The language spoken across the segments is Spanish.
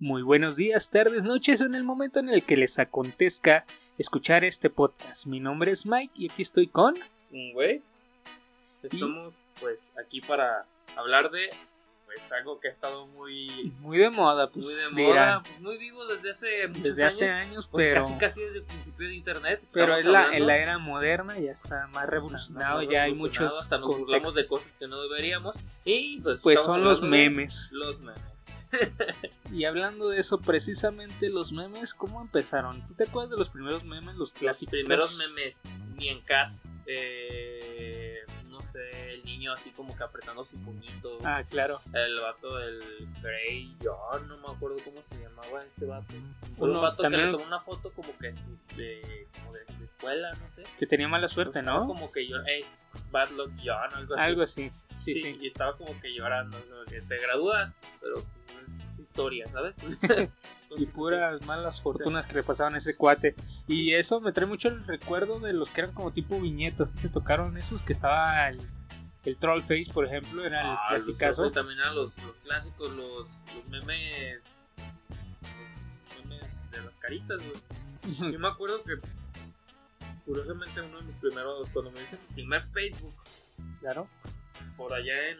buenos días, tardes, noches o en el momento en el que les acontezca escuchar este podcast. Mi nombre es Mike y aquí estoy con... un güey. Estamos pues aquí para hablar de pues algo que ha estado muy, Muy de moda, pues muy de moda, dirán. pues, muy vivo desde hace muchos Desde años. hace años, pues, pero... casi casi desde el principio de internet. Pero estamos en la, en hablando, la era moderna ya está más revolucionado, estamos ya hay revolucionado, muchos hasta nos burlamos de contextos. cosas que no deberíamos y pues Pues estamos son los hablando de memes. Los memes. Y hablando de eso, precisamente los memes, ¿cómo empezaron? ¿Tú te acuerdas de los primeros memes, los Los clásicos? primeros memes, Nien Cat, eh, no sé, el niño así como que apretando su puñito. Ah, claro. El vato del Grey John, no me acuerdo cómo se llamaba ese vato. Un Uno vato que también le tomó una foto como que estu- de, como de, de escuela, no sé. que tenía mala suerte, Estaba ¿no? Como que yo, hey, Bad Luck John, algo así. Algo así. Sí, Sí, sí. Y estaba como que llorando, como que te gradúas, pero pues, es historia, ¿sabes? Y Entonces, este, puras malas fortunas que le pasaban a ese cuate. Y eso me trae mucho el recuerdo de los que eran como tipo viñetas. Te tocaron esos que estaba el, el troll face, por ejemplo, era el Ah, los- clasicazo. También a los, los clásicos, los, los memes. Los memes de las caritas, güey. Yo me acuerdo que, curiosamente, uno de mis primeros, cuando me hice mi primer Facebook, claro. por allá en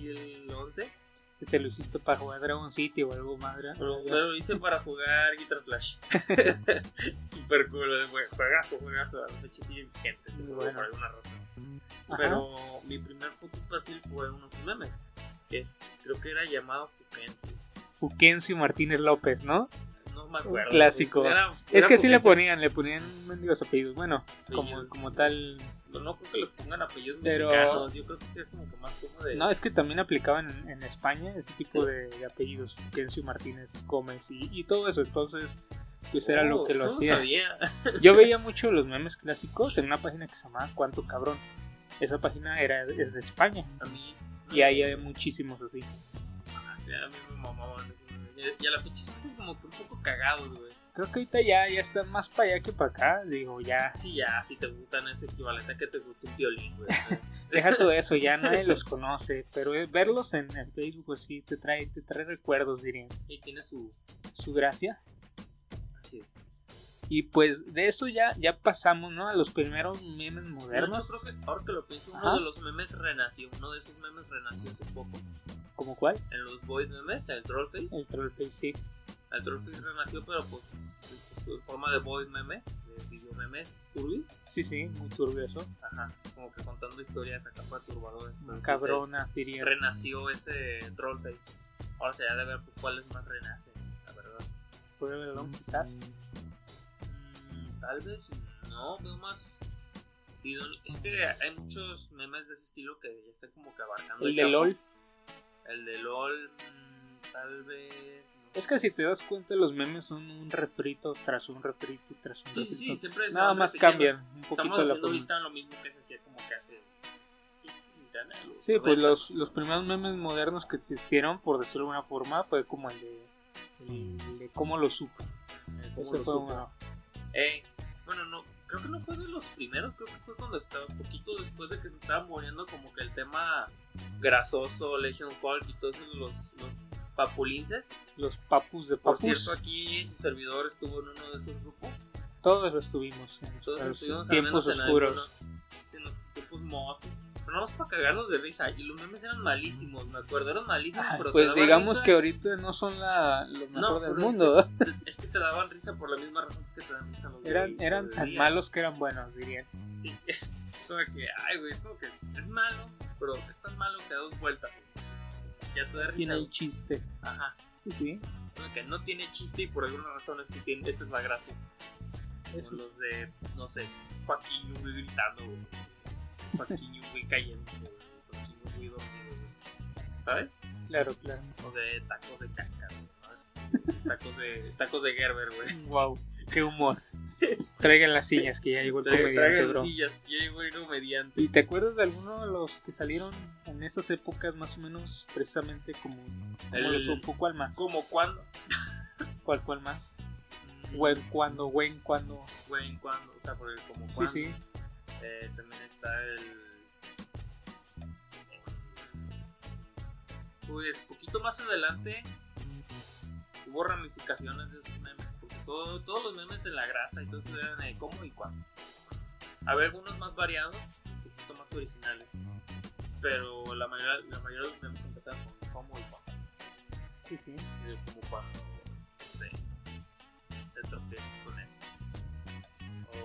2011, Que te lo hiciste para jugar Dragon City o algo madre. pero me lo hice para jugar Guitar Flash. Super cool, eh, güey, juegazo, juegazo. A la fecha sigue vigente, ese juego Bueno. por alguna razón. Ajá. Pero mi primer foto perfil fue unos memes. que Es, creo que era llamado Fukensi. Fuquencio y Martínez López, ¿no? No me acuerdo. clásico. Era- Es era que sí le Fukensi. ponían, le ponían mendigos apellidos. Bueno, como, Apellidos. como tal. No, no creo que le pongan apellidos Pero- mexicanos. Yo creo que sería como que más como de. No, es que también aplicaban en, en España ese tipo de, de apellidos, Kencio Martínez Gómez y, y todo eso. Entonces, pues era lo Oh, que lo eso no hacía. sabía. Yo veía mucho los memes clásicos en una página que se llamaba Cuánto Cabrón. Esa página era, es de España A mí. y ahí había muchísimos así. Ah, sí, a mí me mamaban esos memes. Y a la fecha se me hacen como que un poco cagados, güey. Creo que ahorita ya, ya están más para allá que para acá. Digo, ya, Sí, ya, si te gustan es equivalente a que te guste un violín, güey. deja todo eso, ya nadie los conoce. Pero eh, verlos en el Facebook, pues sí, te trae, te trae recuerdos, dirían. y tiene su. Su gracia. Así es. Y pues de eso ya, ya pasamos, ¿no? A los primeros memes modernos. Yo creo que ahora que lo pienso, uno Ajá. de los memes renació. Uno de esos memes renació hace poco. ¿Como cuál? En los Boys memes, el Trollface. El Trollface, sí. El Trollface renació, pero pues en forma de Boys meme, de video memes turbios. Sí, sí, muy turbioso. Ajá, como que contando historias acá perturbadoras. pero sí Cabronas, se- diría. renació ese Trollface. Ahora sería de ver pues, cuáles más renacen, la verdad. Forever Alone, quizás. Mm, Tal vez no, veo más. y no- Es que hay muchos memes de ese estilo que ya están como que abarcando. El de campo. LOL. El de LOL, mm, tal vez. no Es que sé. si te das cuenta, los memes son un refrito tras un refrito tras un Sí, sí, refrito. sí, siempre se Nada van más repitiendo. cambian un Estamos poquito la haciendo forma. ahorita lo mismo que se hacía como que hace. sí, ventana, los Sí, pues 90. los, los primeros memes modernos que existieron, por decirlo de alguna forma, fue como el de, el de cómo lo supo. Eh, ¿cómo Ese lo fue supo? uno. Eh, bueno, no, creo que no fue de los primeros, creo que fue cuando estaba un poquito después de que se estaba muriendo como que el tema grasoso, Legion Hulk y todos esos los, los papulinces. Los papus de Por papus. cierto, aquí su servidor estuvo en uno de esos grupos. Todos los tuvimos en Todos nuestros estuvimos al tiempos menos en oscuros. alguno- En los tiempos mozos. Pero no para cagarnos de risa. Y los memes eran malísimos, me acuerdo, eran malísimos. Ay, pero te pues daban digamos risa. que ahorita no son la, lo No, mejor del pero- mundo. Es que te daban risa por la misma razón que te dan risa los de hoy, Eran, los eran de tan día. malos que eran buenos, dirían. Sí. Como que, ay, güey, es como que es malo, pero es tan malo que da dos vueltas. güey. Entonces, Ya te da risa. Tiene el güey. chiste. Ajá. Sí, sí. Como que no tiene chiste y por alguna razón eso tiene, esa es la gracia. Como Eso es- los de, no sé, Joaquín güey gritando, güey. Joaquín güey cayéndose, güey. Joaquín güey dormido, güey. ¿Sabes? Claro, claro. O de tacos de caca, güey. ¿no? Sí, Tacos de, tacos de Gerber, güey. Wow, qué humor. Traigan las sillas que ya llegó el Tra- comediante, Traigan bro. sillas, y ahí, güey, comediante. ¿Y te acuerdas de alguno de los que salieron en esas épocas más o menos precisamente como, como El- los un poco al más? Como cuando. ¿Cuál cuál más? Buen cuando, buen cuando. Güey, cuando, o sea, por el como Sí, cuando. sí. Eh, también está el. Pues poquito más adelante hubo ramificaciones de esos memes. Porque todo, todos los memes en la grasa y todo eso eran de cómo y cuándo. Había algunos más variados, un poquito más originales. Pero la mayoría, la mayoría de los memes empezaron con cómo y cuándo. Sí, sí. Y yo como cuando, no sé, te tropiezas con esto.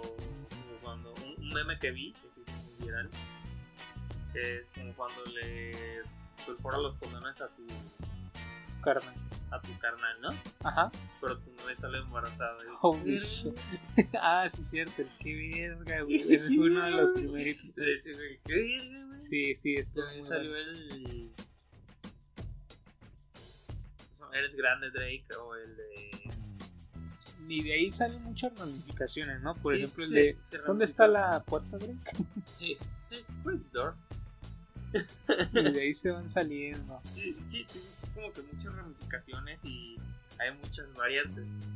O como cuando, un, un meme que vi, que se hizo muy viral, que es como cuando le perfora los condones a tu, Tu carnal. a tu carnal, ¿no? Ajá. Pero tu novia sale embarazada. y- Holy shit. ah, sí, cierto. El que verga, güey. Ese fue uno de los primeritos. Sí, sí, güey, ¿Qué verga, güey? Sí, sí, esto También salió el. No, Eres grande, Drake, o el de. Y de ahí salen muchas ramificaciones, ¿no? Por Sí, ejemplo, el sí, de. se ¿Dónde está ramifica. la puerta, Drake? Sí, sí, where's the door? Y de ahí se van saliendo. Sí, sí, tienes como que muchas ramificaciones y hay muchas variantes.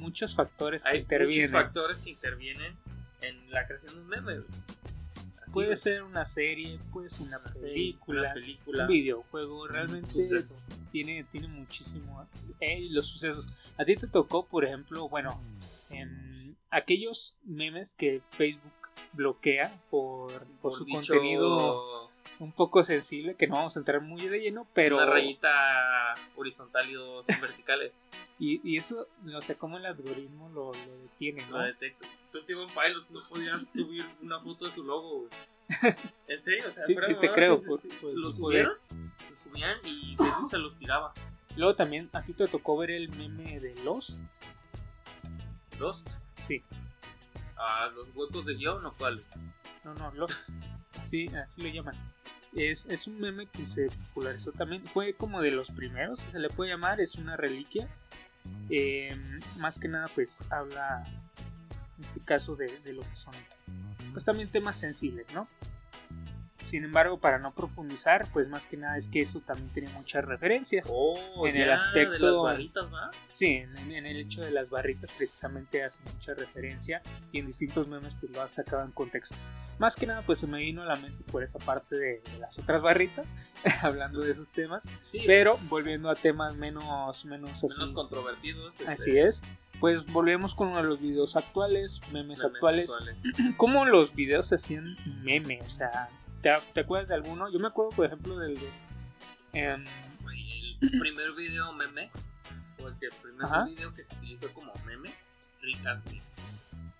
Muchos factores que Hay intervienen. muchos factores que intervienen en la creación de un meme. güey. Así puede es. ser una serie, puede ser una Sí, película, una película, Pues un pues, videojuego. Realmente un suceso. tiene, tiene muchísimo. eh, los sucesos. A ti te tocó, por ejemplo, bueno, Mm. en aquellos memes que Facebook bloquea por, por, su dicho, contenido un poco sensible, que no vamos a entrar muy de lleno, pero... Una rayita horizontal y dos verticales. Y, y eso, o sea, cómo el algoritmo lo, lo detiene, ¿no? Lo detecto. Tú en Pilots no podían subir una foto de su logo, güey. En serio, o sea, Sí, fuera sí de te mamada, creo, sí, por- sí, por lo tu poder. subieron, lo subían y Facebook se los tiraba. Luego también a ti te tocó ver el meme de Lost. Dos. Sí, ¿A los huecos de guión o cuál? no, no, Lost. Sí, así lo llaman. Es, es un meme que se popularizó también. Fue como de los primeros, si se le puede llamar, es una reliquia. Eh, más que nada, pues habla, en este caso, de, de lo que son, pues también temas sensibles, ¿no? Sin embargo, para no profundizar, pues más que nada es que eso también tiene muchas referencias. Oh, En ya, el aspecto- De las barritas, ¿va? Sí, en, en- en el hecho de las barritas precisamente hace mucha referencia y en distintos memes pues lo han sacado en contexto. Más que nada pues se me vino a la mente por esa parte de, de las otras barritas, hablando de esos temas, Sí, pero volviendo a temas menos, menos así. menos controvertidos. este, así es. Pues volvemos con uno de los videos actuales, memes memes actuales. ¿Cómo los videos se hacían meme? O sea, ¿te, te acuerdas de alguno? Yo me acuerdo por ejemplo del de... em, Güey, El primer video meme, o el que- el primer Ajá. video que se utilizó como meme, Rick Astley.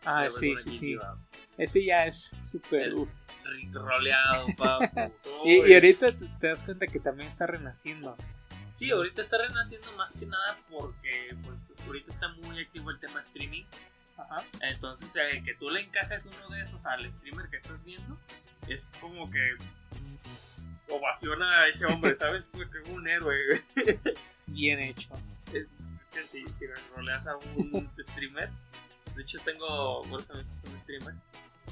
ah, De sí, Verona sí, Geek, sí. ¿va? Ese ya es súper... El- uf. Rick roleado, papu. Y, y Sobre. ahorita te, te das cuenta que también está renaciendo. Sí, ahorita está renaciendo más que nada porque pues ahorita está muy activo el tema streaming. Ajá. Entonces el que tú le encajes uno de esos al streamer que estás viendo es como que ovaciona a ese hombre, ¿sabes? Como que es un héroe. güey. Bien hecho. Es, es que si, si roleas a un streamer, de hecho tengo varios amigos que son streamers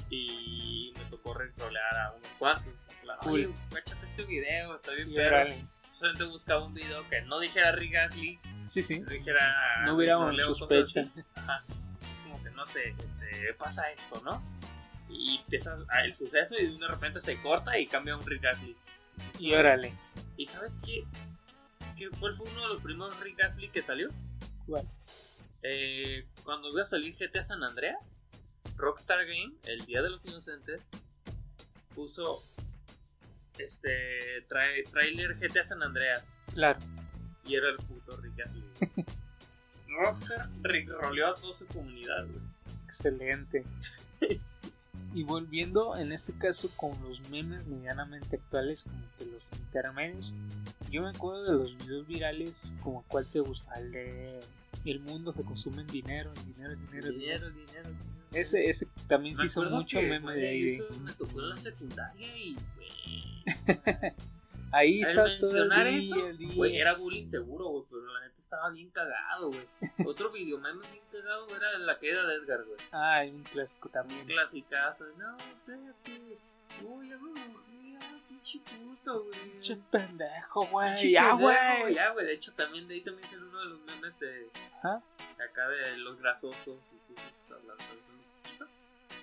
y me tocó rolear a unos cuantos. En plan, Cool. Oye, pues, guáchate este video, está bien, Y pero órale. solamente buscaba un video que no dijera Rick Astley Sí, sí. no dijera No hubiera una leo cosas sospecha. así. Ajá. Es como que no sé, este, pasa esto, ¿no? Y empieza a- el suceso y de repente se corta y cambia a un Rick Astley. Y órale. ¿Y sabes qué? ¿Qué- ¿Cuál fue uno de los primeros Rick Astley que salió? ¿Cuál? Eh, cuando iba a salir GTA San Andreas, Rockstar Game, el Día de los Inocentes, puso este tra- trailer GTA San Andreas. Claro. Y era el puto Rick Astley. güey. Rockstar rigroleó a toda su comunidad, güey. Excelente. Y volviendo en este caso con los memes medianamente actuales, como que los intermedios, yo me acuerdo de los videos virales, como cuál te gusta, el de El mundo que consumen dinero, dinero, dinero, dinero. Dinero, dinero, dinero. Ese, ese también Me se hizo acuerdo mucho que, meme güey, de ahí. de- eso me tocó en la secundaria y, güey. Ahí al está todo el mencionar día, eso, el día. Güey, era bullying seguro, güey, pero la neta estaba bien cagado, güey. Otro video meme bien cagado güey, era la caída de Edgar, güey. Ah, hay un clásico también. Un clasicazo. No, espérate. Uy, ya me morí, ah, pinche puto, güey. Pinche pendejo, güey. Pinche Ya, pendejo, güey. Ya, güey. De hecho, también de ahí también salió uno de los memes de, Ajá. de acá de los grasosos. Entonces, hablando de eso un poquito,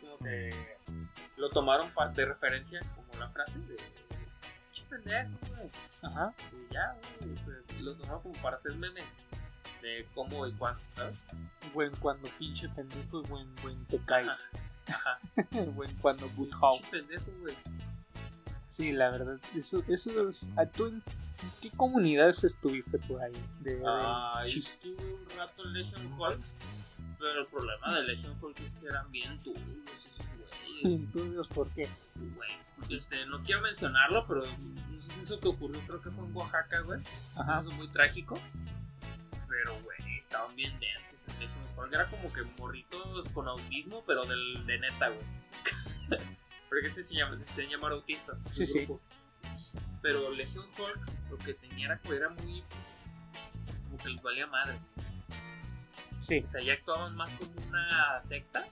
como que Mm. lo tomaron pa- de referencia como la frase de pinche pendejo, güey. Ajá. Y ya, güey. o sea, Lo tomaron como para hacer memes. de cómo y cuándo, ¿sabes? Buen cuando pinche pendejo y buen, buen te caes. Ajá. buen cuando butthole. Ah, Pinche pendejo, güey. Sí, la verdad, eso, eso es. ¿a tú en qué comunidades estuviste por ahí? De, de- Ah, yo chis- estuve un rato en Legion Hulk, pero el problema de Legion Hulk es que eran bien turbios esos güeyes. Entonces, ¿por qué? güey. Este, no quiero mencionarlo, pero no sé si eso te ocurrió, creo que fue en Oaxaca, güey. Ajá. Eso es muy trágico. Pero, güey, estaban bien densos en Legion Hulk. Era como que morritos con autismo, pero del, de neta, güey. Porque ese se llama, se llama autistas. Sí, el sí. grupo. Pero Legion Hulk lo que tenía era que era muy. como que les valía madre. Sí, O sea, ya actuaban más como una secta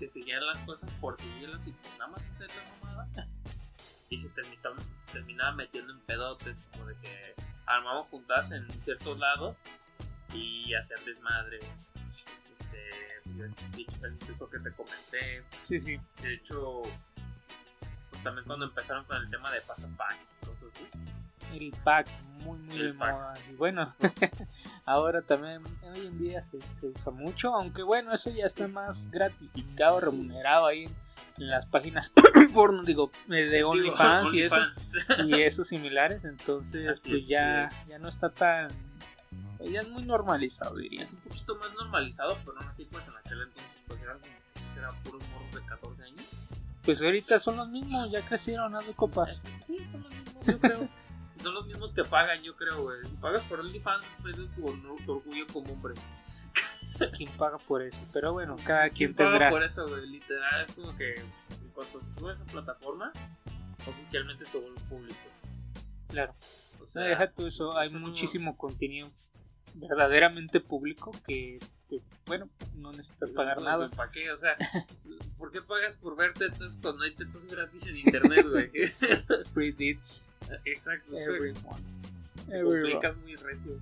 que seguían las cosas por seguirlas y pues nada más hacer la mamada. Y se terminaban, se terminaban metiendo en pedotes, como de que armaban juntas en ciertos lados y hacían desmadre. Este, pues, es eso que te comenté. sí, sí. De hecho, pues también cuando empezaron con el tema de pasapack y cosas así. El pack, muy, muy El de pack. moda. Y bueno, ahora también hoy en día se, se usa mucho, aunque bueno, eso ya está más gratificado, remunerado ahí en, en las páginas porno, digo, eh, de Digo, OnlyFans y eso. OnlyFans. y esos similares, entonces Así pues es, ya, así ya no está tan... pues Ya es muy normalizado, diría. es un poquito más normalizado, pero no así pues en aquel entonces pues eran como que será puros morros de 14 años. Pues ahorita son los mismos, ya crecieron las de copas. Así, Sí, son los mismos, yo creo. son los mismos que pagan, yo creo, güey. Si pagas por OnlyFans es pues, tu, honor- tu orgullo como hombre. ¿Quién paga por eso? Pero bueno, cada quien Paga tendrá. por eso, güey. Literal, es como que en cuanto se sube a esa plataforma, oficialmente se vuelve público. Claro. O sea, No, deja tú eso, hay eso no- muchísimo contenido verdaderamente público que, pues, bueno, no necesitas pagar güey, nada. pues, ¿Para qué? O sea, ¿por qué pagas por ver tetas cuando hay tetas gratis en internet, güey? Free deeds, Exacto, Eh, es como que everyone. te everyone. complicas muy recio.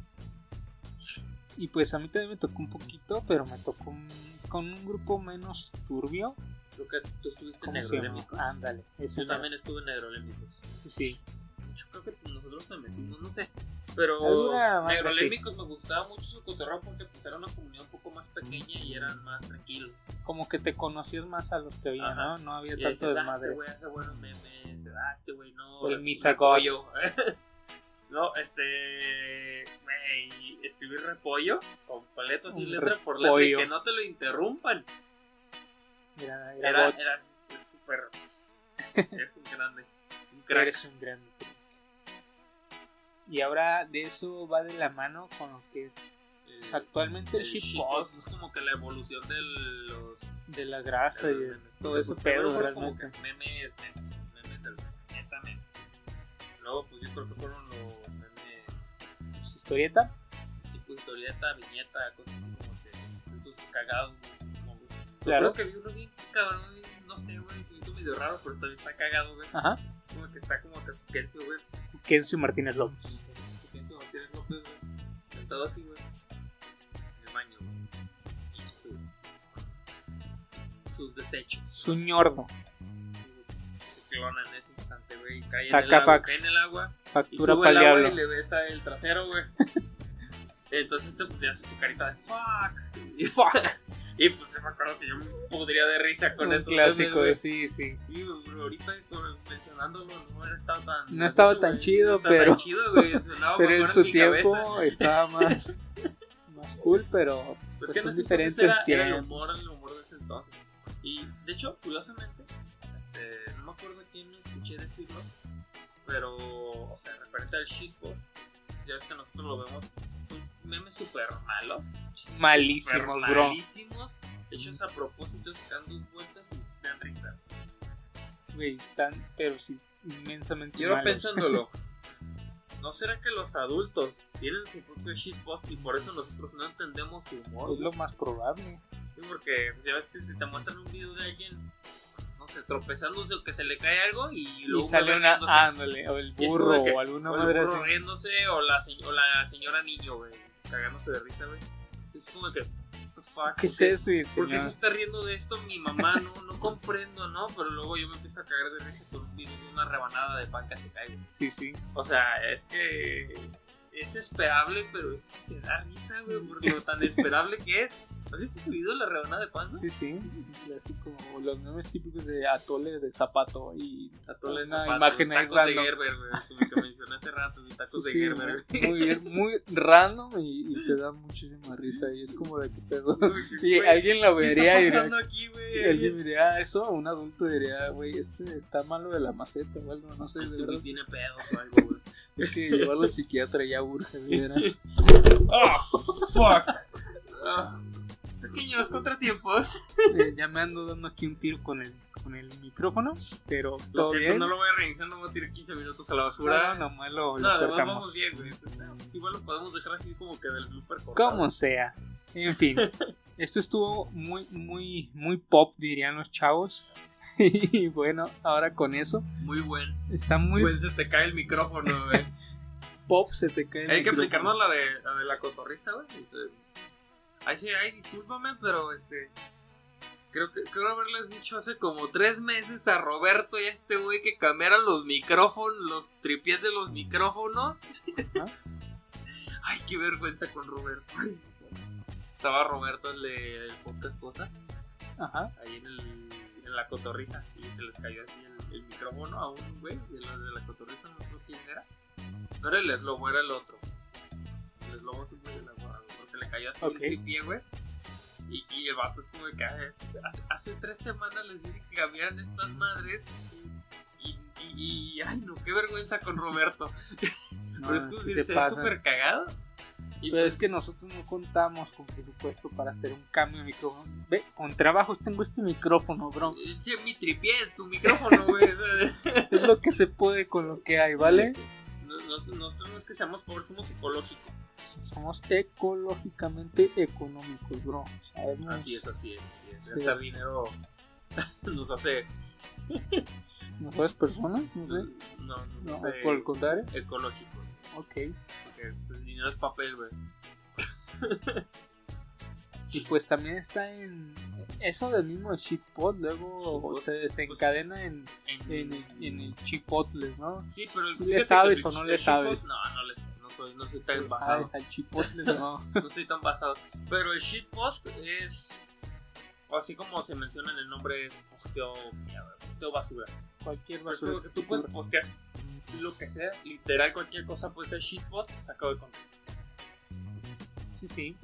Y pues a mí también me tocó un poquito, pero me tocó un- con un grupo menos turbio. Creo que tú estuviste en ¿Cómo se llama? Ah, Neurolémicos. Ándale, ese Yo mero. también estuve en Neurolémicos. Sí, sí. Yo creo que nosotros nos metimos, no sé. Pero Alguna madre, Neurolémicos me gustaba mucho su cotorreo porque pues, era una comunidad un poco más pequeña y eran más tranquilos. como que te conocías más a los que había, Ajá. ¿no? No había Y tanto decías, de ah, este madre. güey hace buenos memes, ah, este güey no. El el misagot. repollo. no, este. Güey, escribir repollo completo, así Un letra por letra, y repollo. que no te lo interrumpan. Era, era Era, bot. era súper. es un grande. Un crack. Eres un grande crack. Y ahora de eso va de la mano con lo que es Eh, o sea, actualmente el, el shitpost shitpost es como que la evolución de los de la grasa y de todo ese Porque primero pedo fueron como realmente. que memes memes memes del neta memes. luego pues yo creo que fueron los memes Pues, historieta, tipo historieta viñeta cosas así como que pues, esos cagados como- claro. creo que vi uno bien cabrón bien, no sé güey se me hizo medio raro pero está, está cagado güey Ajá. como que está como que queso güey Kenzo y Martínez López. Pienso Martínez López, güey. Sentado así, güey. En el baño, güey. Y su- Sus desechos. Su ñordo. sí, güey, Se clonan en ese instante, güey. y Caen en el Saca agua. fax. Caen en el agua. Y Factura sube para el el agua y diablo. le besa el trasero, güey. Entonces este pues le hace su carita de fuck. Y, y, pues yo me acuerdo que yo me podría de risa con Un eso. clásico, sí, sí. Y güey, ahorita con- mencionándolo no hubiera estado tan. No estaba gracioso, tan güey, chido, no estaba pero- Tan chido, güey. sonaba Pero mejor en su mi tiempo cabeza. estaba más, más cool, pero Pues Pues que son en ese diferentes entonces era, era el tiempos. humor, el humor de ese entonces. Y de hecho, curiosamente, este, no me acuerdo quién me escuché decirlo, pero, o sea, referente al shitpost, ya ves que nosotros lo vemos, son memes súper malos. chistes Malísimos, súper bro. Malísimos, hechos a propósito, se dan dos vueltas y dan risa. güey, están, pero sí, inmensamente Quiero malos. pensándolo. ¿No será que los adultos tienen su propio shitpost y por eso nosotros no entendemos su humor? Es lo más probable. Sí, porque pues, ya ves que si te muestran un video de alguien, no sé, tropezándose o que se le cae algo y Y luego sale una, ándale, o el Y es burro, como que- o alguna o el madre burro eh, así. riéndose o la, se- o la señora niño, güey, cagándose de risa, güey. Entonces es como que, what the fuck, ¿Qué es eso? Y el ¿Por qué señor, se está riendo de esto mi mamá? No, no comprendo, ¿no? Pero luego yo me empiezo a cagar de risa con un video de una rebanada de pan que se cae, güey. sí, sí, O sea, es que es esperable, pero es que te da risa, güey, por lo tan esperable que es. ¿Has visto ese video de la rebanada de panza? Sí, sí, así como los memes típicos de atoles de zapato y Atole de una zapato, imagen ahí tacos de random. Gerber, güey, como que mencioné hace rato, güey, tacos Sí, de sí, Gerber, güey. muy, muy bien, muy random y, y te da muchísima risa y es como de que pedo. Y Güey, alguien lo ¿qué vería está y diría, pasando aquí, güey? y alguien diría "Ah, eso, un adulto diría, güey, este está malo de la maceta o algo, no sé, de Este güey verdad, tiene pedos o algo, güey. hay que llevarlo al psiquiatra ya urge, de veras. ¡Oh, fuck! Ah, pequeños contratiempos. Eh, ya me ando dando aquí un tiro con el, con el micrófono, pero Lo todo siento, bien. no lo voy a reiniciar, no voy a tirar 15 minutos a la No, basura. No, no, nomás pues lo, lo además vamos cortamos. bien, güey. Pues, Igual lo podemos dejar así como que del blooper cortado. Como sea. En fin, esto estuvo muy, muy, muy pop, dirían los chavos. Y bueno, ahora con eso, Muy buen. está muy Pues se te cae el micrófono, güey. pop, se te cae el Hay que micrófono. aplicarnos la de la, de la cotorriza, güey. Este, Ay, sí, ay, discúlpame, pero este. Creo que creo haberles dicho hace como tres meses a Roberto y a este güey que cambiaran los micrófonos, los tripies de los micrófonos. Ajá. ay, qué vergüenza con Roberto. Ay, Estaba Roberto el de el podcast Cosas, Ajá. ahí en, el, en la cotorriza, y se les cayó así el, el micrófono a un güey de la, de la cotorriza, no sé quién era. No era el eslobo, era el otro. El eslobo es un güey de la gorra, güey, pero se le cayó así Ok. el tripié, güey. Y, y el vato es como que "Ah, es- hace, hace tres semanas les dije que cambiaran estas madres. Y, y, y- ay, no, qué vergüenza con Roberto. No, pero es es como que que se se ve pasan. súper cagado. Y pues, Pero es que nosotros no contamos con presupuesto para hacer un cambio de micrófono. Ve, con trabajos tengo este micrófono, bro. pues, sí, mi tripié, tu micrófono, güey. o sea, Es lo que se puede con lo que hay, ¿vale? No- no- Nosotros no es que seamos pobres, somos psicológicos. Somos ecológicamente económicos, bro. Sabemos- Así es, así es, así es. Mm. Sí. Gastar dinero nos hace. mejores personas, no No, sé. nos No, hace por el contrario, ecológicos. ok. Porque pues, el dinero es papel, güey. Y pues también está en eso del mismo shitpot, luego Shitpot, se desencadena en, En- en, el, en el chipotles, ¿no? Sí, pero el ¿Sí le fíjate que sabes el- o no el le chipot- sabes? No, no le sé. No soy, no soy tan basado. ¿Sabes? Pues, ah, Al chipotles, ¿no? No soy tan basado. Pero el shitpost es. o Así como se menciona en el nombre, es posteo, mierda, posteo basura. Cualquier Pero es como basura. que tú puedes postear lo que sea, literal, cualquier cosa puede ser shitpost sacado de contexto. Sí, sí.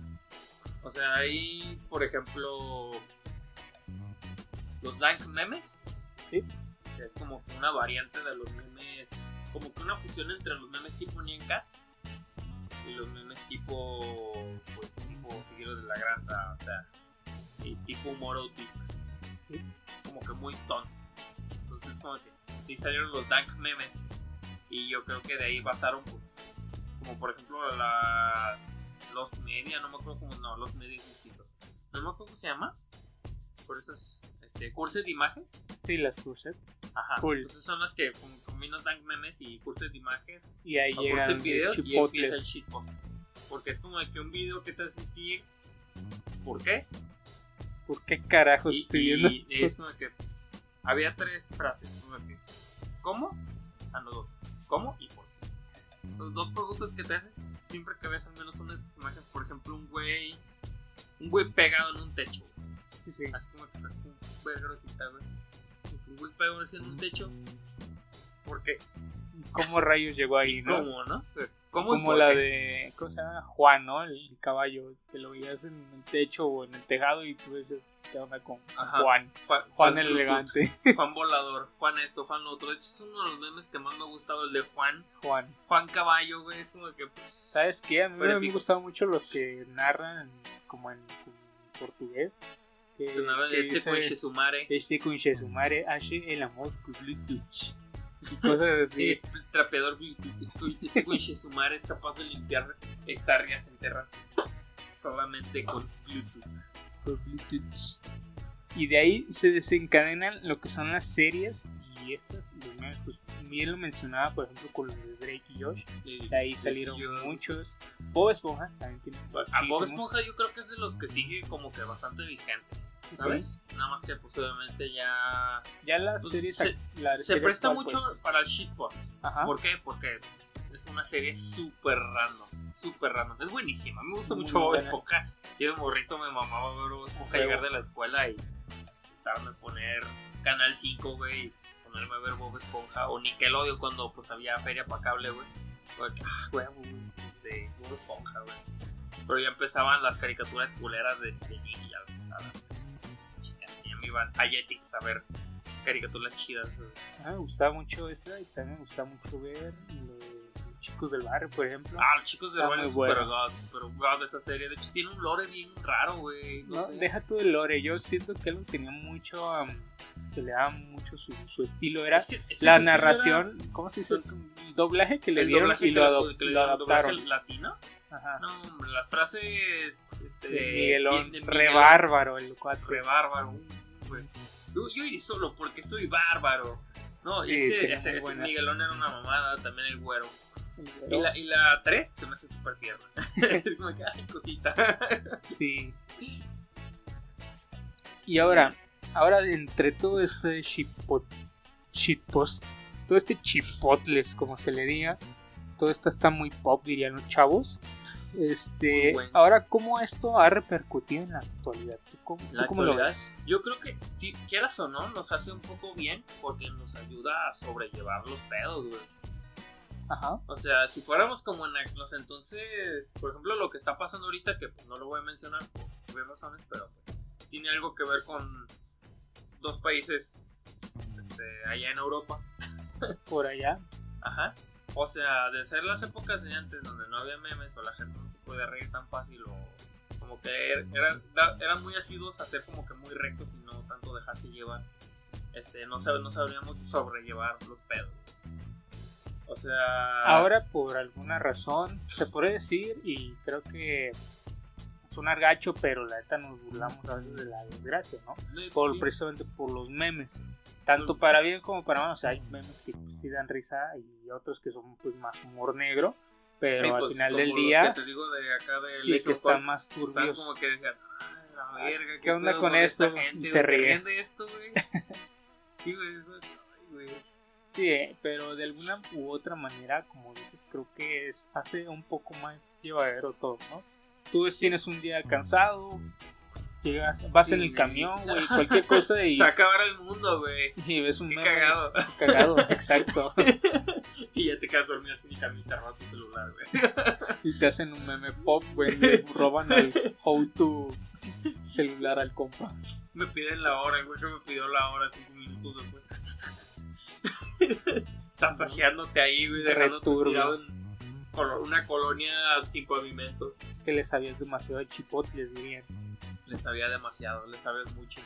O sea, hay, por ejemplo, los dank memes, Sí. que es como que una variante de los memes, como que una fusión entre los memes tipo Nyan Cat y los memes tipo, pues, tipo Seguiros de la Grasa, o sea, y tipo humor autista, sí. como que muy tonto. Entonces, como que sí salieron los dank memes, y yo creo que de ahí basaron, pues, como por ejemplo las Los Media, no me acuerdo cómo, no, Los Media es distinto. No me acuerdo cómo se llama, por esas, este, cursos de imágenes. Sí, las curset. Ajá. Cool. Entonces son las que com- combinas dank memes y cursos de imágenes Y ahí o llegan cursos de el videos pues, y empieza el chipotles. shitpost. Porque es como de que un video que te hace decir por qué. ¿Por qué carajos Y- Pues estoy y viendo es esto? como que había tres frases. como que, ¿Cómo? A los dos. ¿Cómo y por qué? Los dos preguntas que te haces siempre que ves al menos una de esas imágenes. Por ejemplo, un güey. Un güey pegado en un techo. Sí, sí. Así como que está como un vergrosita, güey. Como que Un güey pegado en un techo. ¿Por qué? ¿Cómo rayos llegó ahí, no? ¿Cómo, no? ¿Cómo y Como por la qué? de, ¿cómo se llama? Juan, ¿no? El, el caballo, que lo veías en el techo o en el tejado y tú dices, ¿qué onda con Ajá. Juan? Juan, Juan el Bluetooth, elegante. Juan volador, Juan esto, Juan lo otro. De hecho, es uno de los memes que más me ha gustado, el de Juan. Juan. Juan Caballo, güey. Es como que. ¿Sabes qué? A mí Pero me han épico. gustado mucho los que narran como en, como en portugués. Que, Se narra que de este dice, coche sumare. Este coche sumare hace el amor por Bluetooth. Y cosas así. Eh, El trapeador Bluetooth. Este co- Este coche sumare es capaz de limpiar hectáreas enteras solamente con Bluetooth. por Bluetooth. Y de ahí se desencadenan lo que son las series y estas, los memes, pues bien lo mencionaba, por ejemplo, con los de Drake y Josh. Y- De ahí salieron yo- muchos. Bob Esponja también tiene A Ah, Bob muchísimos. Esponja yo creo que es de los que sigue como que bastante vigente, Sí, sí. ¿sabes? Nada más que pues obviamente ya Ya las Pues, series. ac- se- la se serie presta actual, mucho pues, para el shitpost. ajá. ¿Por qué? Porque pues, es una serie súper random, súper random. Es buenísima, me gusta Muy mucho Bob buena. Esponja. Yo de morrito me mamaba ver Bob Esponja Huevo. llegar de la escuela y darme a poner Canal 5, güey, y ponerme a ver Bob Esponja o Nickelodeon cuando pues había feria para cable, güey. Güey, Ah, güey, güey, es este, Bob Esponja, güey. Pero ya empezaban las caricaturas culeras de, de Nick y ya las pasaban. Chica, Ya me iban a Jetix a ver caricaturas chidas, güey. A mí Ah, me gustaba mucho esa y también me gustaba mucho ver los, los chicos del barrio, por ejemplo. Ah, los chicos de Está Barrio muy Super bueno. God, Super God de esa serie. De hecho, tiene un lore bien raro, güey. No, No, sé. deja todo el lore. Yo siento que él tenía mucho. um, que le daba mucho su, su estilo. Era Es que- es que la ese narración. ¿Cómo se dice? El doblaje que era le el dieron doblaje y que lo, le- adop- que le lo dieron, doblaje adaptaron. latino? Ajá. No, hombre, las frases. Este, De Miguelón, bien de re Miguelón, bárbaro el cuatro. re bárbaro, uh, güey. Yo, yo iré solo porque soy bárbaro. No, Sí, y es que tenía ese, muy ese buenas. Miguelón era una mamada, también el güero. Y la, y la 3 se me hace súper tierna. es como que, ay, cosita. Sí. Y ahora, ahora de entre todo este shitpot, shitpost, todo este chipotles, como se le diga, todo esto está muy pop, dirían los chavos. Este, Muy bueno. ahora, ¿cómo esto ha repercutido en la actualidad? ¿Tú cómo, tú La cómo lo actualidad. ves? Yo creo que, si quieras o no, nos hace un poco bien porque nos ayuda a sobrellevar los pedos, güey. Ajá. O sea, si fuéramos como en los entonces, por ejemplo, lo que está pasando ahorita, que pues, no lo voy a mencionar por obvias razones, pero pues, tiene algo que ver con dos países este, allá en Europa. Por allá. Ajá. O sea, de ser las épocas de antes donde no había memes o la gente no se podía reír tan fácil o como que er- eran, da- eran muy asiduos a ser como que muy rectos y no tanto dejarse llevar. Este, no, sab- no sabríamos sobrellevar los pedos. O sea... Ahora, por alguna razón, se puede decir, y creo que suena gacho, pero la neta nos burlamos a veces de la desgracia, ¿no? no, por, sí, precisamente por los memes. Tanto Mm. para bien como para mal. O sea, hay memes que pues, sí dan risa y otros que son pues más humor negro. Pero sí, al pues, final como del los día, Que te digo de acá de sí que están más pues, Están turbios. como que decían, "Ay, la verga, ¿qué onda pedo con esta esto?" gente, Y se güey, ríe. ríen de esto, güey. Sí, güey, es- ay, güey. Sí, eh, pero de alguna u otra manera, como dices, creo que es, hace un poco más llevadero todo, ¿no? Tú ves, tienes un día cansado, llegas, vas en Sí, el güey, camión, sí. güey, cualquier cosa y, Se va a acabar el mundo, güey. y ves un Qué meme cagado. cagado, exacto. y ya te quedas dormido sin camita, roba tu celular, güey. Y te hacen un meme pop, güey. Le roban el how to celular al compa. Me piden la hora, güey. que me pidió la hora cinco minutos después. Tasajeándote ahí, güey, dejándote Returbio. tirado en colo- una colonia sin pavimento. Es que le sabías demasiado al chipotles, dirían. Le sabía demasiado, le sabes mucho.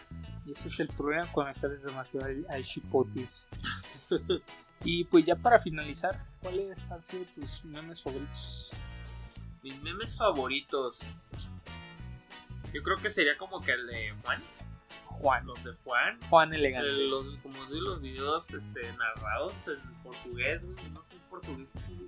Y ese es el problema cuando sabes demasiado al, al chipotles. y pues ya para finalizar, ¿cuáles han sido tus memes favoritos? Mis memes favoritos. Yo creo que sería como que el de Juan, Juan. los de Juan. Juan Eh, elegante. los, como digo, los videos este, narrados en portugués, güey, no sé, en portugués es un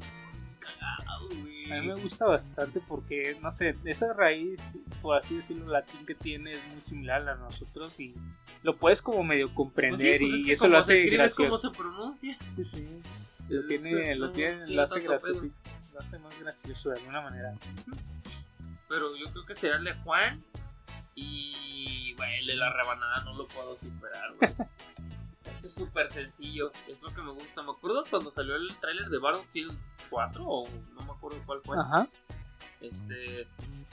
cagado, güey. A mí me gusta bastante porque, no sé, esa raíz, por así decirlo, latín que tiene es muy similar a la de nosotros y lo puedes como medio Pues sí, comprender pues es y que eso como lo se hace escribe es gracioso. como se pronuncia. Sí, sí. Lo Es- tiene, es- lo no tiene, tiene lo hace tanto gracioso, pedo. sí. Lo hace más gracioso de alguna manera. Pero yo creo que será el de Juan. Y, güey, el de la rebanada no lo puedo superar, güey. es que es súper sencillo. Es lo que me gusta. Me acuerdo cuando salió el tráiler de Battlefield 4 o no me acuerdo cuál fue. Ajá. Este.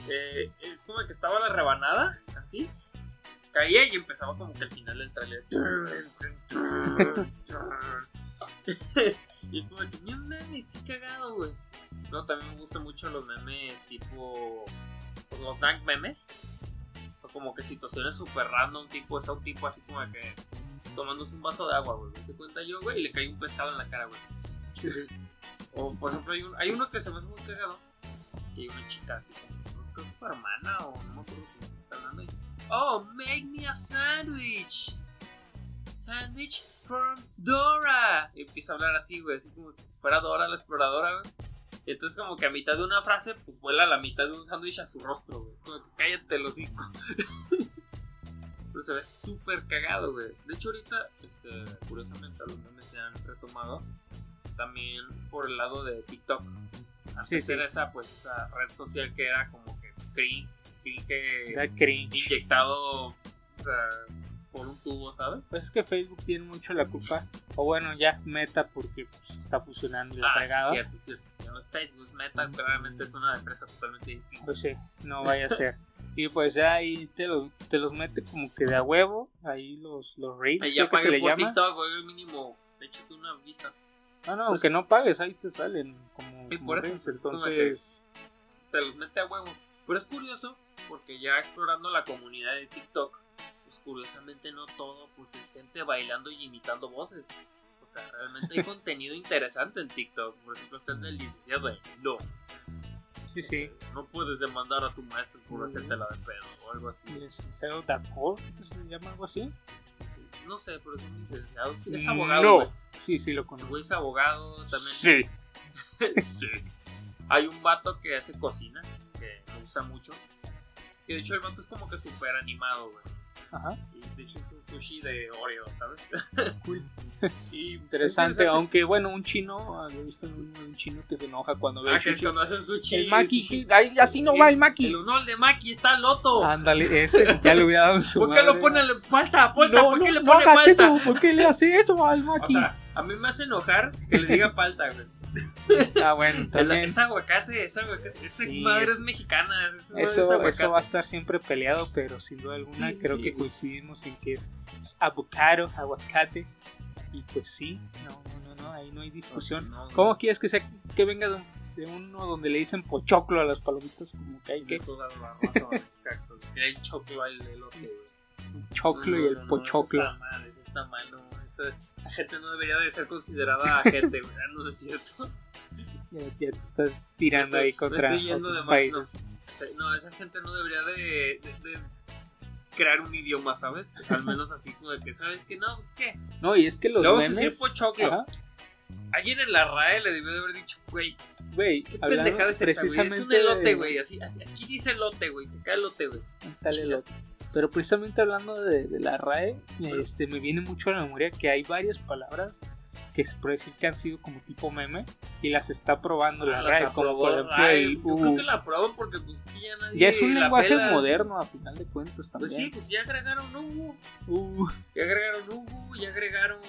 eh, es como que estaba la rebanada, así. Caía y empezaba como que al final del trailer. y es como que, no mames, qué cagado, güey. No, también me gustan mucho los memes tipo. pues, Los dank memes. O como que situaciones súper random, tipo, está un tipo así como que tomándose un vaso de agua, güey. Se cuenta yo, güey, y le cae un pescado en la cara, güey. Sí, sí. O por ejemplo, hay, un- hay uno que se me hace muy cagado. Que hay una chica así, como, pues, creo que es su hermana o no me acuerdo si está hablando. y, oh, make me a sandwich. Sandwich from Dora. Y empieza a hablar así, güey, así como si fuera Dora la exploradora, güey. Y entonces como que a mitad de una frase, pues vuela la mitad de un sándwich a su rostro, güey. Es como que cállate el hocico. Pero se ve súper cagado, güey. De hecho ahorita, este, curiosamente, los memes se han retomado también por el lado de TikTok. Antes Sí, sí. era esa, pues, esa red social que era como que cringe, cringe eh, Da cringe. inyectado o sea, por un tubo, ¿sabes? Pues es que Facebook tiene mucho la culpa. O bueno, ya Meta porque pues, está fusionando y la Ah, sí, fregada. Mm. cierto, cierto. Si no es Facebook, Meta claramente es una empresa totalmente distinta. Pues sí, no vaya a ser. Y pues ya ahí te los, te los mete como que de a huevo. Ahí los, los reels, pues, creo Ay, Eh, ya que se pagué le por llama. Ah, TikTok, güey, mínimo, pues, échate una vista. No, no, aunque no pagues, ahí te salen como, Y como por eso, reels. es como que- Entonces, te los mete a huevo. Pero es curioso porque ya explorando la comunidad de TikTok, pues curiosamente no todo pues es gente bailando y imitando voces. O sea, realmente hay contenido interesante en TikTok. Por ejemplo, es el del licenciado de no. sí, Mm. sí. No puedes demandar a tu maestro por Mm. hacerte la de pedo o algo así. Licenciado Dacor, creo que se le llama algo así. No sé, pero es un licenciado. "Ah, Sí, es Mm, No. abogado. güey. Sí, sí, lo El conozco. güey es abogado también. Sí. Sí. Hay un vato que hace cocina, que me gusta mucho. Y de hecho el vato es como que súper animado, güey. Ajá, Y de hecho es un sushi de Oreo, ¿sabes? cool. Y Interesante, aunque bueno, un chino, había visto un, un chino que se enoja cuando ve Ah, el que sushi. cuando hacen sushi. El maki, ay, así no va el maki. El honor de Maki está loto. Ándale, ese ya le hubiera dado en su ¿Por qué lo madre. pone le- falta? Falta, No, ¿por qué no, le no pone hagas falta? eso, ¿Por qué le hace eso al O maqui? sea, a mí me hace enojar que le diga falta, güey. ah, bueno, El- también. Es aguacate, es aguacate. Esa Sí, madre es- es, mexicana. esa madre es Eso, aguacate. eso va a estar siempre peleado, pero sin duda alguna Sí, creo sí, que güey. coincidimos en que es, es avocado, aguacate. Y pues sí, no, no, no, no, ahí no hay discusión. No, no, no. ¿Cómo quieres que sea que venga de, un- de uno donde le dicen pochoclo a las palomitas? Como que hay De que todas las razones, exacto. Que el choclo al elote, güey. choclo y No, el no, no, Eso pochoclo. está mal, eso está mal, no, eso- la gente no debería de ser considerada gente, ¿verdad? No es cierto. Ya, ya te estás tirando Me ahí estoy- me contra estoy yendo otros de más, no. países. O sea, No, esa gente no debería de, de- de crear un idioma, ¿sabes? Al menos así como de que, ¿sabes qué? No, pues qué. No. y es que los Le vamos a decir memes. pochoclo. Ajá. Alguien en la RAE le debió de haber dicho, güey, Güey, qué hablando pendejada es esa, güey. Es un precisamente de- elote, güey. Así, así, aquí dice elote, güey. Te cae elote, güey. tal elote. Pero precisamente hablando de, de la RAE, Ujú. este, me viene mucho a la memoria que hay varias palabras que se puede decir que han sido como tipo meme y las está probando la Ah, Las RAE, como aprobó por ejemplo RAE. el Yo creo U. que la aprueban porque pues que ya nadie Ya es un la lenguaje pela. moderno a final de cuentas Pues sí, también. pues ya agregaron U, U. ya agregaron U, ya agregaron...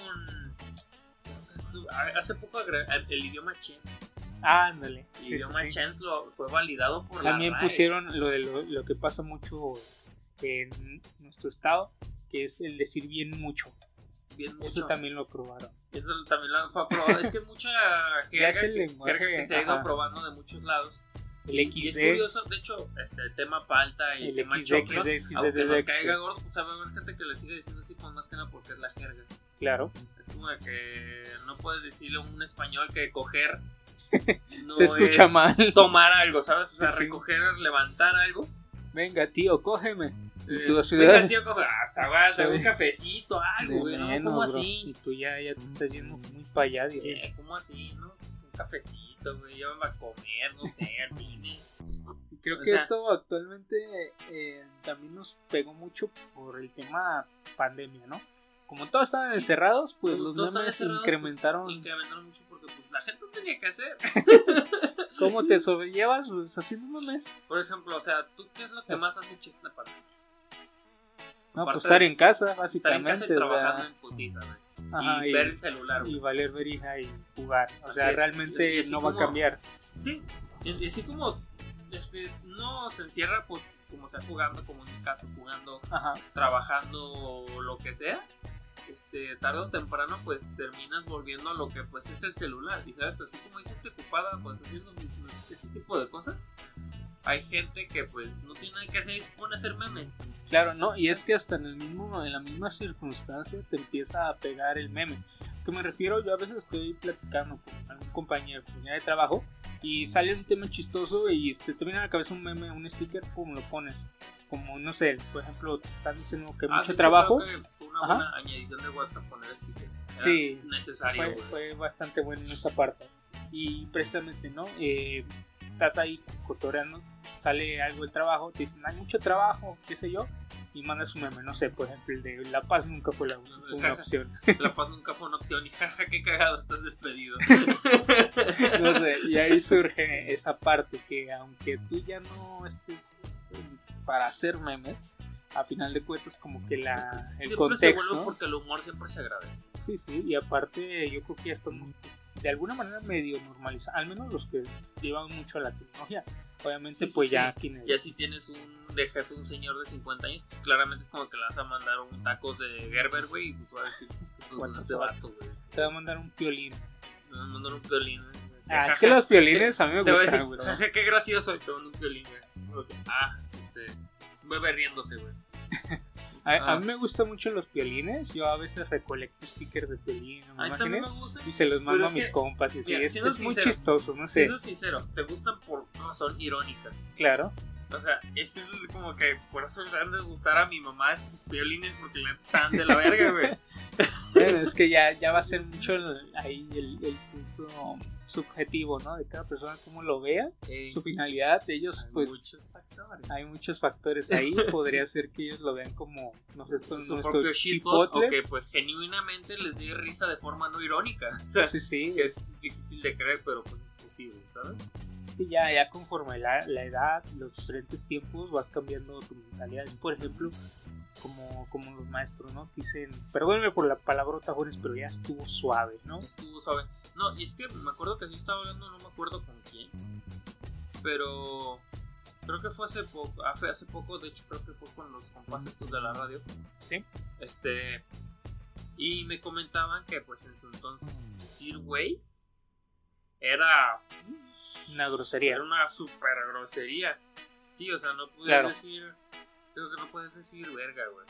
Hace poco agre- el idioma Chens. Ándale. El sí, sí, idioma sí. Chens lo, fue validado por También la RAE. pusieron lo, de lo, lo que pasa mucho en nuestro estado, que es el decir bien mucho. Bien mucho. Eso también lo probaron. Eso también lo fue aprobado. es que mucha jerga, es el que- lenguaje, jerga que se ha ido ajá. aprobando de muchos lados. El Y es XD, curioso, de hecho, este, el tema palta y el, el tema XD, choclo, XD, XD, aunque nos XD. caiga gordo, pues va a haber gente que le sigue diciendo así, pues más que nada porque es la jerga. claro. Es como de que no puedes decirle a un español que coger no Se escucha es mal. tomar algo, ¿sabes? O sea, Sí, sí. recoger, levantar algo. Venga, tío, cógeme. Y tú Eh, así de- venga, tío, coge, ah, aguanta, Sí. un cafecito, algo, güey, De ¿no? menos, ¿Cómo bro. Y así? tú ya, ya te estás yendo muy para allá, diría. Eh, ¿Cómo así? ¿No? Un cafecito, güey, yo me voy a comer, no sé, al cine. Y creo o que sea- esto actualmente eh, también nos pegó mucho por el tema pandemia, ¿no? Como todos estaban Sí. encerrados, pues Como los todos estaban memes encerrados, incrementaron. Incrementaron mucho porque pues, la gente no tenía que hacer. ¿Cómo te sobrellevas? Pues haciendo memes. Por ejemplo, o sea, ¿tú qué es lo que Es- más has hecho esta pandemia? No, Aparte pues estar de en casa, Estar en casa básicamente. y o sea, mm, trabajando en putiza, güey. ajá, y, y, ver el celular, güey. y valer verija y jugar. O Así sea, es. Y realmente así no va a como- cambiar. Sí, y y así como este, no se encierra, pues, como sea jugando, como en mi caso, jugando, Ajá. trabajando o lo que sea, este, tarde o temprano, pues terminas volviendo a lo que pues es el celular. Y sabes, así como hay gente ocupada, pues haciendo mi- mi- este tipo de cosas, hay gente que pues no tiene nada que hacer y se pone a hacer memes. Claro, no, y es que hasta en el mismo, en la misma circunstancia te empieza a pegar el meme. ¿A ¿Qué me refiero? Yo a veces estoy platicando con algún compañero, compañera de trabajo, y sale un tema chistoso y este, te viene a la cabeza un meme, un sticker, pum, lo pones. Como, no sé, por ejemplo, te están diciendo que Ah, de mucho hecho, trabajo. creo que Fue una Ajá. buena añadición de WhatsApp poner stickers. Era Sí, Necesario. fue, güey. fue bastante bueno en esa parte. Y precisamente, ¿no? Eh, estás ahí cotoreando, sale algo del trabajo, te dicen, hay mucho trabajo, qué sé yo, y mandas un meme, no sé, por ejemplo, el de La Paz nunca fue, la, fue una opción. La paz nunca fue una opción y jaja, qué cagado, estás despedido. No sé, y ahí surge esa parte que aunque tú ya no estés para hacer memes, a final de cuentas como que la, el Siempre se vuelve contexto... porque el humor siempre se agradece. Sí, sí, y aparte yo creo que ya estamos pues, de alguna manera medio normalizados, al menos los que llevan mucho a la tecnología. Obviamente Sí, sí, pues ya sí. quienes... Ya si tienes un dejas un señor de 50 años, pues claramente es como que le vas a mandar un tacos de Gerber, güey, y pues va a decir, pues What bueno, the este fuck. vato, güey. Te va a mandar un piolín. Me van a mandar un violín. güey. Ah, es Jaja. que los violines a mí me Te voy a gustan, decir, güey. jaja, qué gracioso, y te mando un violín, güey. Ok, Ah, este, un bebé riéndose, güey. A, a Ah. mí me gustan mucho los piolines. Yo a veces recolecto stickers de piolín o A mí también me imágenes gusta. y se los Pero mando a es mis que, compas. Y sí, mira, es, siendo es muy sincero, chistoso, no sé. Siendo sincero, te gustan por razón irónica. Claro, O sea, es eso de como que por eso le han de gustar a mi mamá estos violines porque le están de la verga, güey. Bueno, es que ya, ya va a ser mucho el- ahí el, el punto subjetivo, ¿no? De cada persona, cómo lo vea, Eh, su finalidad. Ellos, hay pues, muchos factores. hay muchos factores ahí. Podría ser que ellos lo vean como, no sé, esto es su nuestro propio shitpost o chipotle. que pues genuinamente les dé risa de forma no irónica. O sea, Sí, sí, que es difícil de creer, pero pues es posible, ¿sabes? Es que ya, ya conforme la, la edad, los diferentes tiempos, vas cambiando tu mentalidad. Por ejemplo, como, como los maestros, ¿no? Dicen, perdónenme por la palabrota, jóvenes, pero ya estuvo suave, ¿no? Estuvo suave. No, y es que me acuerdo que yo estaba hablando, no me acuerdo con quién, pero creo que fue hace poco, hace, hace poco, de hecho creo que fue con los compas estos de la radio, Sí, este, y me comentaban que pues en su entonces decir güey era, una grosería. era una super grosería. Sí, o sea, no pude Claro. decir, creo que no puedes decir verga, güey.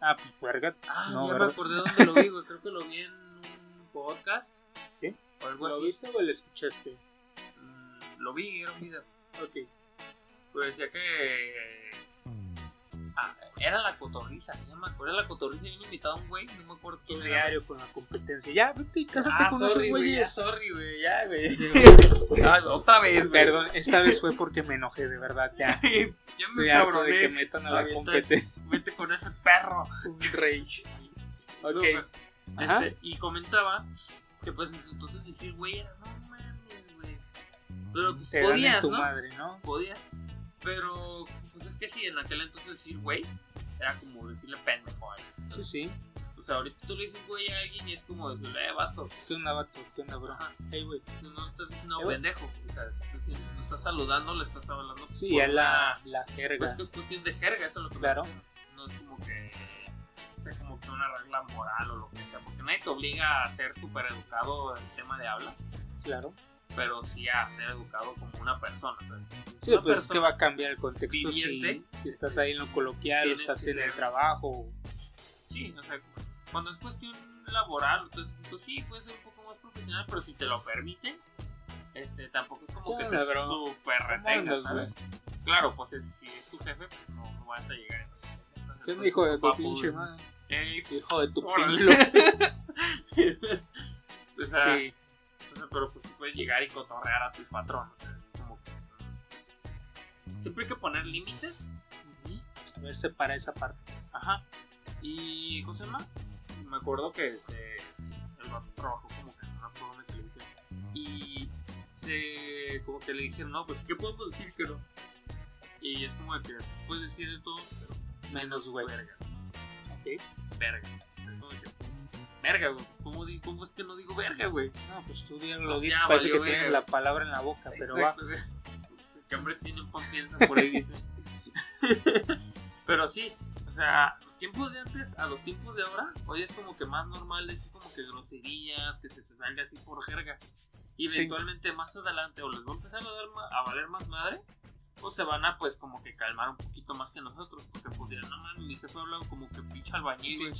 Ah, pues verga. pues Ah, no, ya ¿verdad? me acordé dónde lo vi, güey. Creo que lo vi en un podcast ¿Sí? o algo ¿Lo así. viste o lo escuchaste? Mm, Lo vi, era un video. Ok. Pero decía que. Ah, era la cotorriza, ya me acuerdo. Era la cotorriza. Yo invitado a un güey, no me acuerdo Tu quién era. diario con la competencia. Ya, vete y cásate Ah, con esos sorry, güey. güeyes. Ya, sorry, güey. Ya, güey. Ah, otra vez, güey. Perdón, esta vez fue porque me enojé, de verdad, ya. ya Estoy me harto de que cabroné. metan a la Ahorita- competencia. Vete con ese perro. Un rage. Ok. No, güey. Ajá. Este, y comentaba que pues entonces decir, güey, era no mames, güey. Pero pues Te dan en podías, tu ¿no? madre, ¿no? Podías. Pero pues es que sí, en aquel entonces decir, güey, era como decirle pendejo a alguien. Sí, sí. O sea, ahorita tú le dices, güey, a alguien y es como decirle, eh, vato. ¿Qué onda, vato? ¿Qué onda, bro? Ajá. Hey, güey. No, no estás diciendo Eh, güey. pendejo. O sea, estás diciendo, no estás saludando, le estás hablando. Sí, por ya la, una- la Pues jerga. que es cuestión de jerga, eso es lo que me Claro. refiero. No es como que sea como que una regla moral o lo que sea, porque nadie te obliga a ser súper educado en el tema de habla, Claro. pero sí a ser educado como una persona. ¿sabes? Sí, una pues es que persona- va a cambiar el contexto si, viviente, este, si estás ahí en lo coloquial o tienes estás que en el ser- trabajo. Sí, o sea, cuando es cuestión laboral, entonces, entonces sí, puede ser un poco más profesional, pero si te lo permiten, este, tampoco es como ¿Qué que te onda, bro? súper ¿Cómo retengas, andas, ¿sabes? Claro, pues es- si es tu jefe, pues no, no vas a llegar. Entonces, ¿Qué me pues, dijo de tu papu, pinche madre? eh, Hijo de tu Órale. pinche. o sea, Sí, o sea, pero pues sí puedes llegar y cotorrear a tu patrón. O sea, es como que. mm, Siempre hay que poner límites. a ver, separa esa parte. Ajá. Y José Ma, me acuerdo que este, el vato trabajó como que en una programa de televisión. Y se como que le dijeron, no, pues ¿qué podemos decir que no? Y es como de que puedes decir de todo, pero menos güey. Verga. Ok. Verga. Es como que, Verga, güey. Pues, ¿cómo, di- ¿Cómo es que no digo verga, güey? No, pues tú ya Pues lo ya dices, parece valió que verga. tienes la palabra en la boca, pero va. Exacto, güey. Pues, que hombres tienen confianza por ahí dicen. Pero sí, o sea, los tiempos de antes a los tiempos de ahora, hoy es como que más normal decir como que groserías, que se te salga así por jerga. Y Sí. eventualmente más adelante o les va a empezar a, dar ma- a valer más madre pues se van a pues como que calmar un poquito más que nosotros, porque pues dirán, no mames, mi jefe habla como que pinche albañil.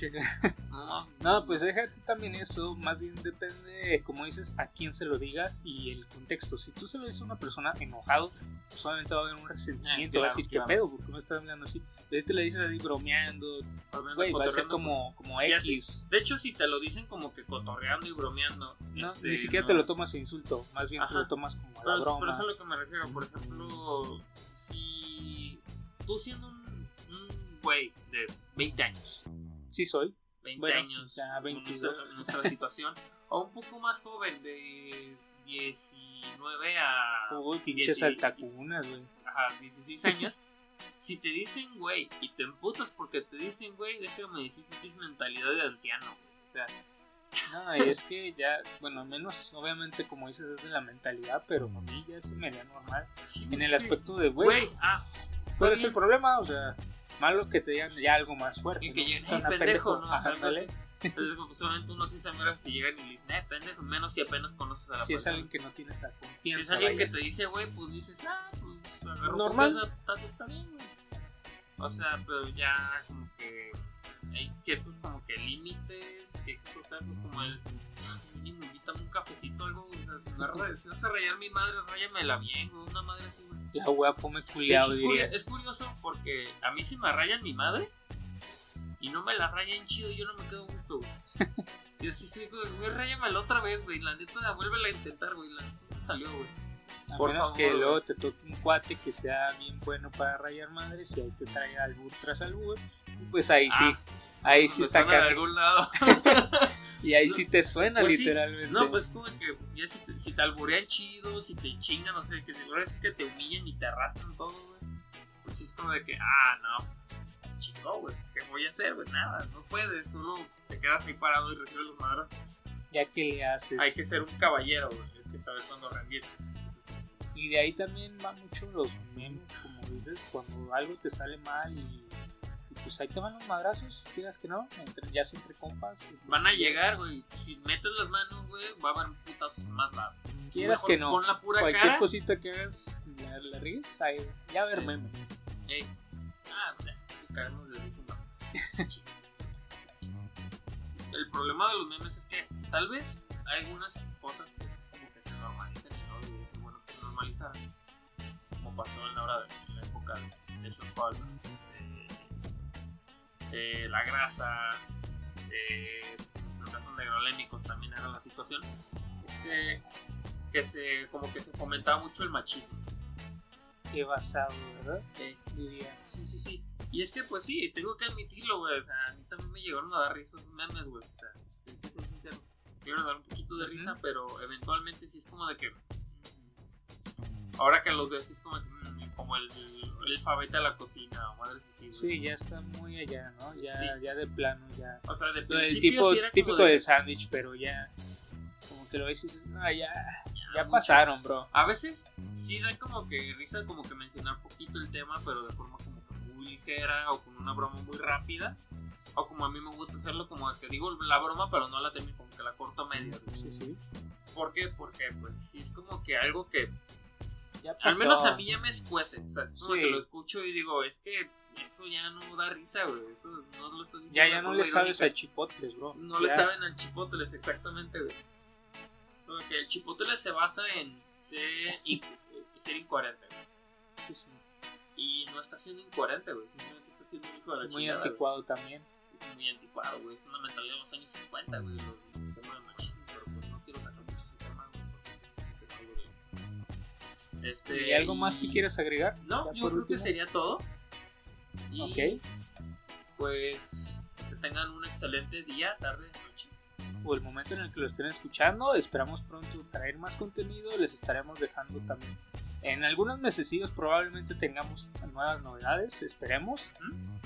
No, No, pues déjate también eso, más bien depende, como dices, a quién se lo digas y el contexto. Si tú se lo dices a una persona enojado, pues obviamente va a haber un resentimiento, Ah, claro, va a decir, claro. ¿qué pedo? ¿Por qué me estás hablando así? Pero si te le dices así bromeando, hablando, güey, va a ser cotorreando, pues, como, como Ya X. De hecho, si te lo dicen como que cotorreando y bromeando. ¿no? este, Ni siquiera no. te lo tomas de insulto, más bien te Ajá. lo tomas como a la Pero, broma. pero eso es a lo que me refiero. Por ejemplo, si tú siendo un, un güey de 20 años, Sí soy. 20 Bueno, años, ya como 22. nuestra, nuestra situación, o un poco más joven, de 19 a Uy, pinches dieci- altacunas, güey. ajá, 16 años, si te dicen güey y te emputas porque te dicen güey, déjame decirte, tienes mentalidad de anciano, güey. O sea, No, y es que ya, bueno, al menos, obviamente, como dices, es de la mentalidad, pero a mí ya se me da normal. sí, En sí. el aspecto de, güey, Güey, ah, ¿cuál está es el bien. problema? O sea, malo que te digan ya algo más fuerte. Y que ¿no? lleguen, Tan "Ey, a pendejo, ¿no? Ajá, O sea, ándale. Entonces, pues, solamente unos sí se amarga si llegan y le dicen, eh, pendejo, menos si apenas conoces a la Si es persona. alguien que no tiene esa Si es confianza. alguien que vaya. te dice, güey, pues dices, ah, pues lo agarro Normal. por casa, pues, está, está bien, güey. O sea, pero ya como que hay ciertos como que límites, que hay que cruzar, pues como el mínimo invítame un cafecito, algo, o sea, si me re- si vas a rayar mi madre, rayamela bien, güey, una madre así, güey. La wea fome De hecho, culiado, es, curio- diría. es curioso porque a mí si me rayan mi madre y no me la rayan chido, yo no me quedo a gusto, güey. Yo sí sí, güey, güey, rayamela otra vez, güey. La neta, vuélvela a intentar, güey. La neta salió, güey. A por menos que favor, luego güey. te toque un cuate que sea bien bueno para rayar madres y ahí te traiga albur tras albur. y Pues ahí Ah, sí, ahí sí Me está suena de caro. algún lado. Y ahí No, sí te suena, pues sí. literalmente. No, pues como que pues, ya si te, si te alburean chido, si te chingan, no sé, que seguro es que te humillan y te arrastran todo, güey. Pues sí es como de que, ah, no, pues me chingó, güey. ¿Qué voy a hacer, güey? Nada, no puedes, solo te quedas ahí parado y recibes los madrazos. Ya que le haces. Hay que ser un caballero, güey. Hay que saber cuándo rendirse. Entonces, Y de ahí también van mucho los memes, como dices, cuando algo te sale mal y, y pues ahí te van los madrazos, quieras que no, entre, ya es entre compas. entonces, van a llegar, güey. Si metes las manos, güey, va a haber putazos más lados. Quieras que no, Con la pura Cualquier cara. cosita que hagas, la, la riegues, ahí ya va a haber Sí. meme. Ey. Ah, o sea, que caemos de risa, ¿no? El problema de los memes es que tal vez hay algunas cosas que, es como que se normalizan y no y es bueno que se normalizaran. Como pasó en la, hora de, en la época de John Paul. eh, la grasa, eh, pues, en nuestro caso negrolémicos también era la situación, es que, que se, como que se fomentaba mucho el machismo. Qué basado, ¿verdad? Eh, Diría. sí, sí, sí. Y es que, pues sí, tengo que admitirlo, güey. O sea, a mí también me llegaron a dar risas memes, güey. O sea, hay que ser sincero. Me llegaron a dar un poquito de risa, Ujú. pero eventualmente sí es como de que. mm, Ahora que los veo, sí es como, mm, como el, el alfabeto de la cocina, o madre que sí, güey. Sí, ya está muy allá, ¿no? Ya, Sí. ya de plano, ya. O sea, de Lo del principio tipo, sí era como típico de que- del sándwich, pero ya, como que lo ves y dices, no, ya, ya mucho. pasaron, bro. A veces sí da como que risa como que mencionar poquito el tema, pero de forma como que muy ligera o con una broma muy rápida. O como a mí me gusta hacerlo, como que digo la broma, pero no la termino, como que la corto a medias. güey. Sí, sí. ¿Por qué? Porque pues sí es como que algo que Ya pasó. al menos a mí ya me escuece. O sea, es como Sí. que lo escucho y digo, es que esto ya no da risa, güey. Eso no lo estás diciendo. Ya, de ya no forma le sabes irónica. a chipotles, bro. No le Ya. saben al chipotles, exactamente, güey. Porque el chipotle se basa en ser, inc- eh, ser incoherente, güey. Sí, sí. Y no está siendo incoherente, güey. Simplemente está siendo un hijo de la Muy chingada, anticuado también. güey. Es muy anticuado, güey. Es una mentalidad de los años 50, güey. Mm. Lo el tema del machismo, pero pues no quiero sacar mucho ese tema, güey. porque es algo de- Este, ¿Y algo más que y- quieras agregar? No, Ya yo por creo que último. sería todo. Y, Ok. Pues que tengan un excelente día, tarde, noche. O el momento en el que lo estén escuchando. Esperamos pronto traer más contenido. Les estaremos dejando también. En algunos mesecillos probablemente tengamos nuevas novedades. Esperemos.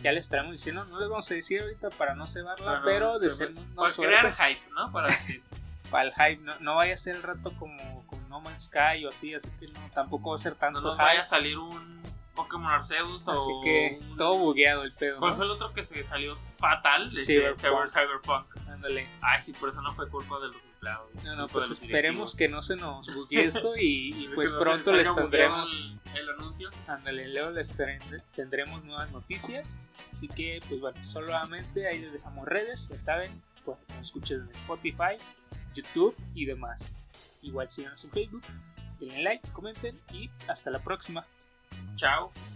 Ya les estaremos diciendo. No les vamos a decir ahorita para no cebarla. Para no pero cebar- deseamos Para crear hype, ¿no? Para que para el hype. No, no vaya a ser el rato como con No Man's Sky o así. Así que no, tampoco va a ser no tanto nos hype. vaya a salir un Pokémon Arceus Así o. que un- todo bugueado el pedo. ¿Cuál ¿no? fue el otro que se salió fatal? El de Cyberpunk. Cyber- Cyberpunk. Ándale. Ay, sí, por eso no fue culpa de los claro. No, no, culpa de pues los esperemos directivos. que no se nos bugue esto y, y, Creo pues que pronto nos les salga tendremos, bugueado El, el anuncio. ándale, luego les tren- tendremos nuevas noticias. Así que, pues bueno, solamente ahí les dejamos redes, ya saben, pues nos escuchen en Spotify, YouTube y demás. Igual síganos en Facebook, denle like, comenten y hasta la próxima. Chao.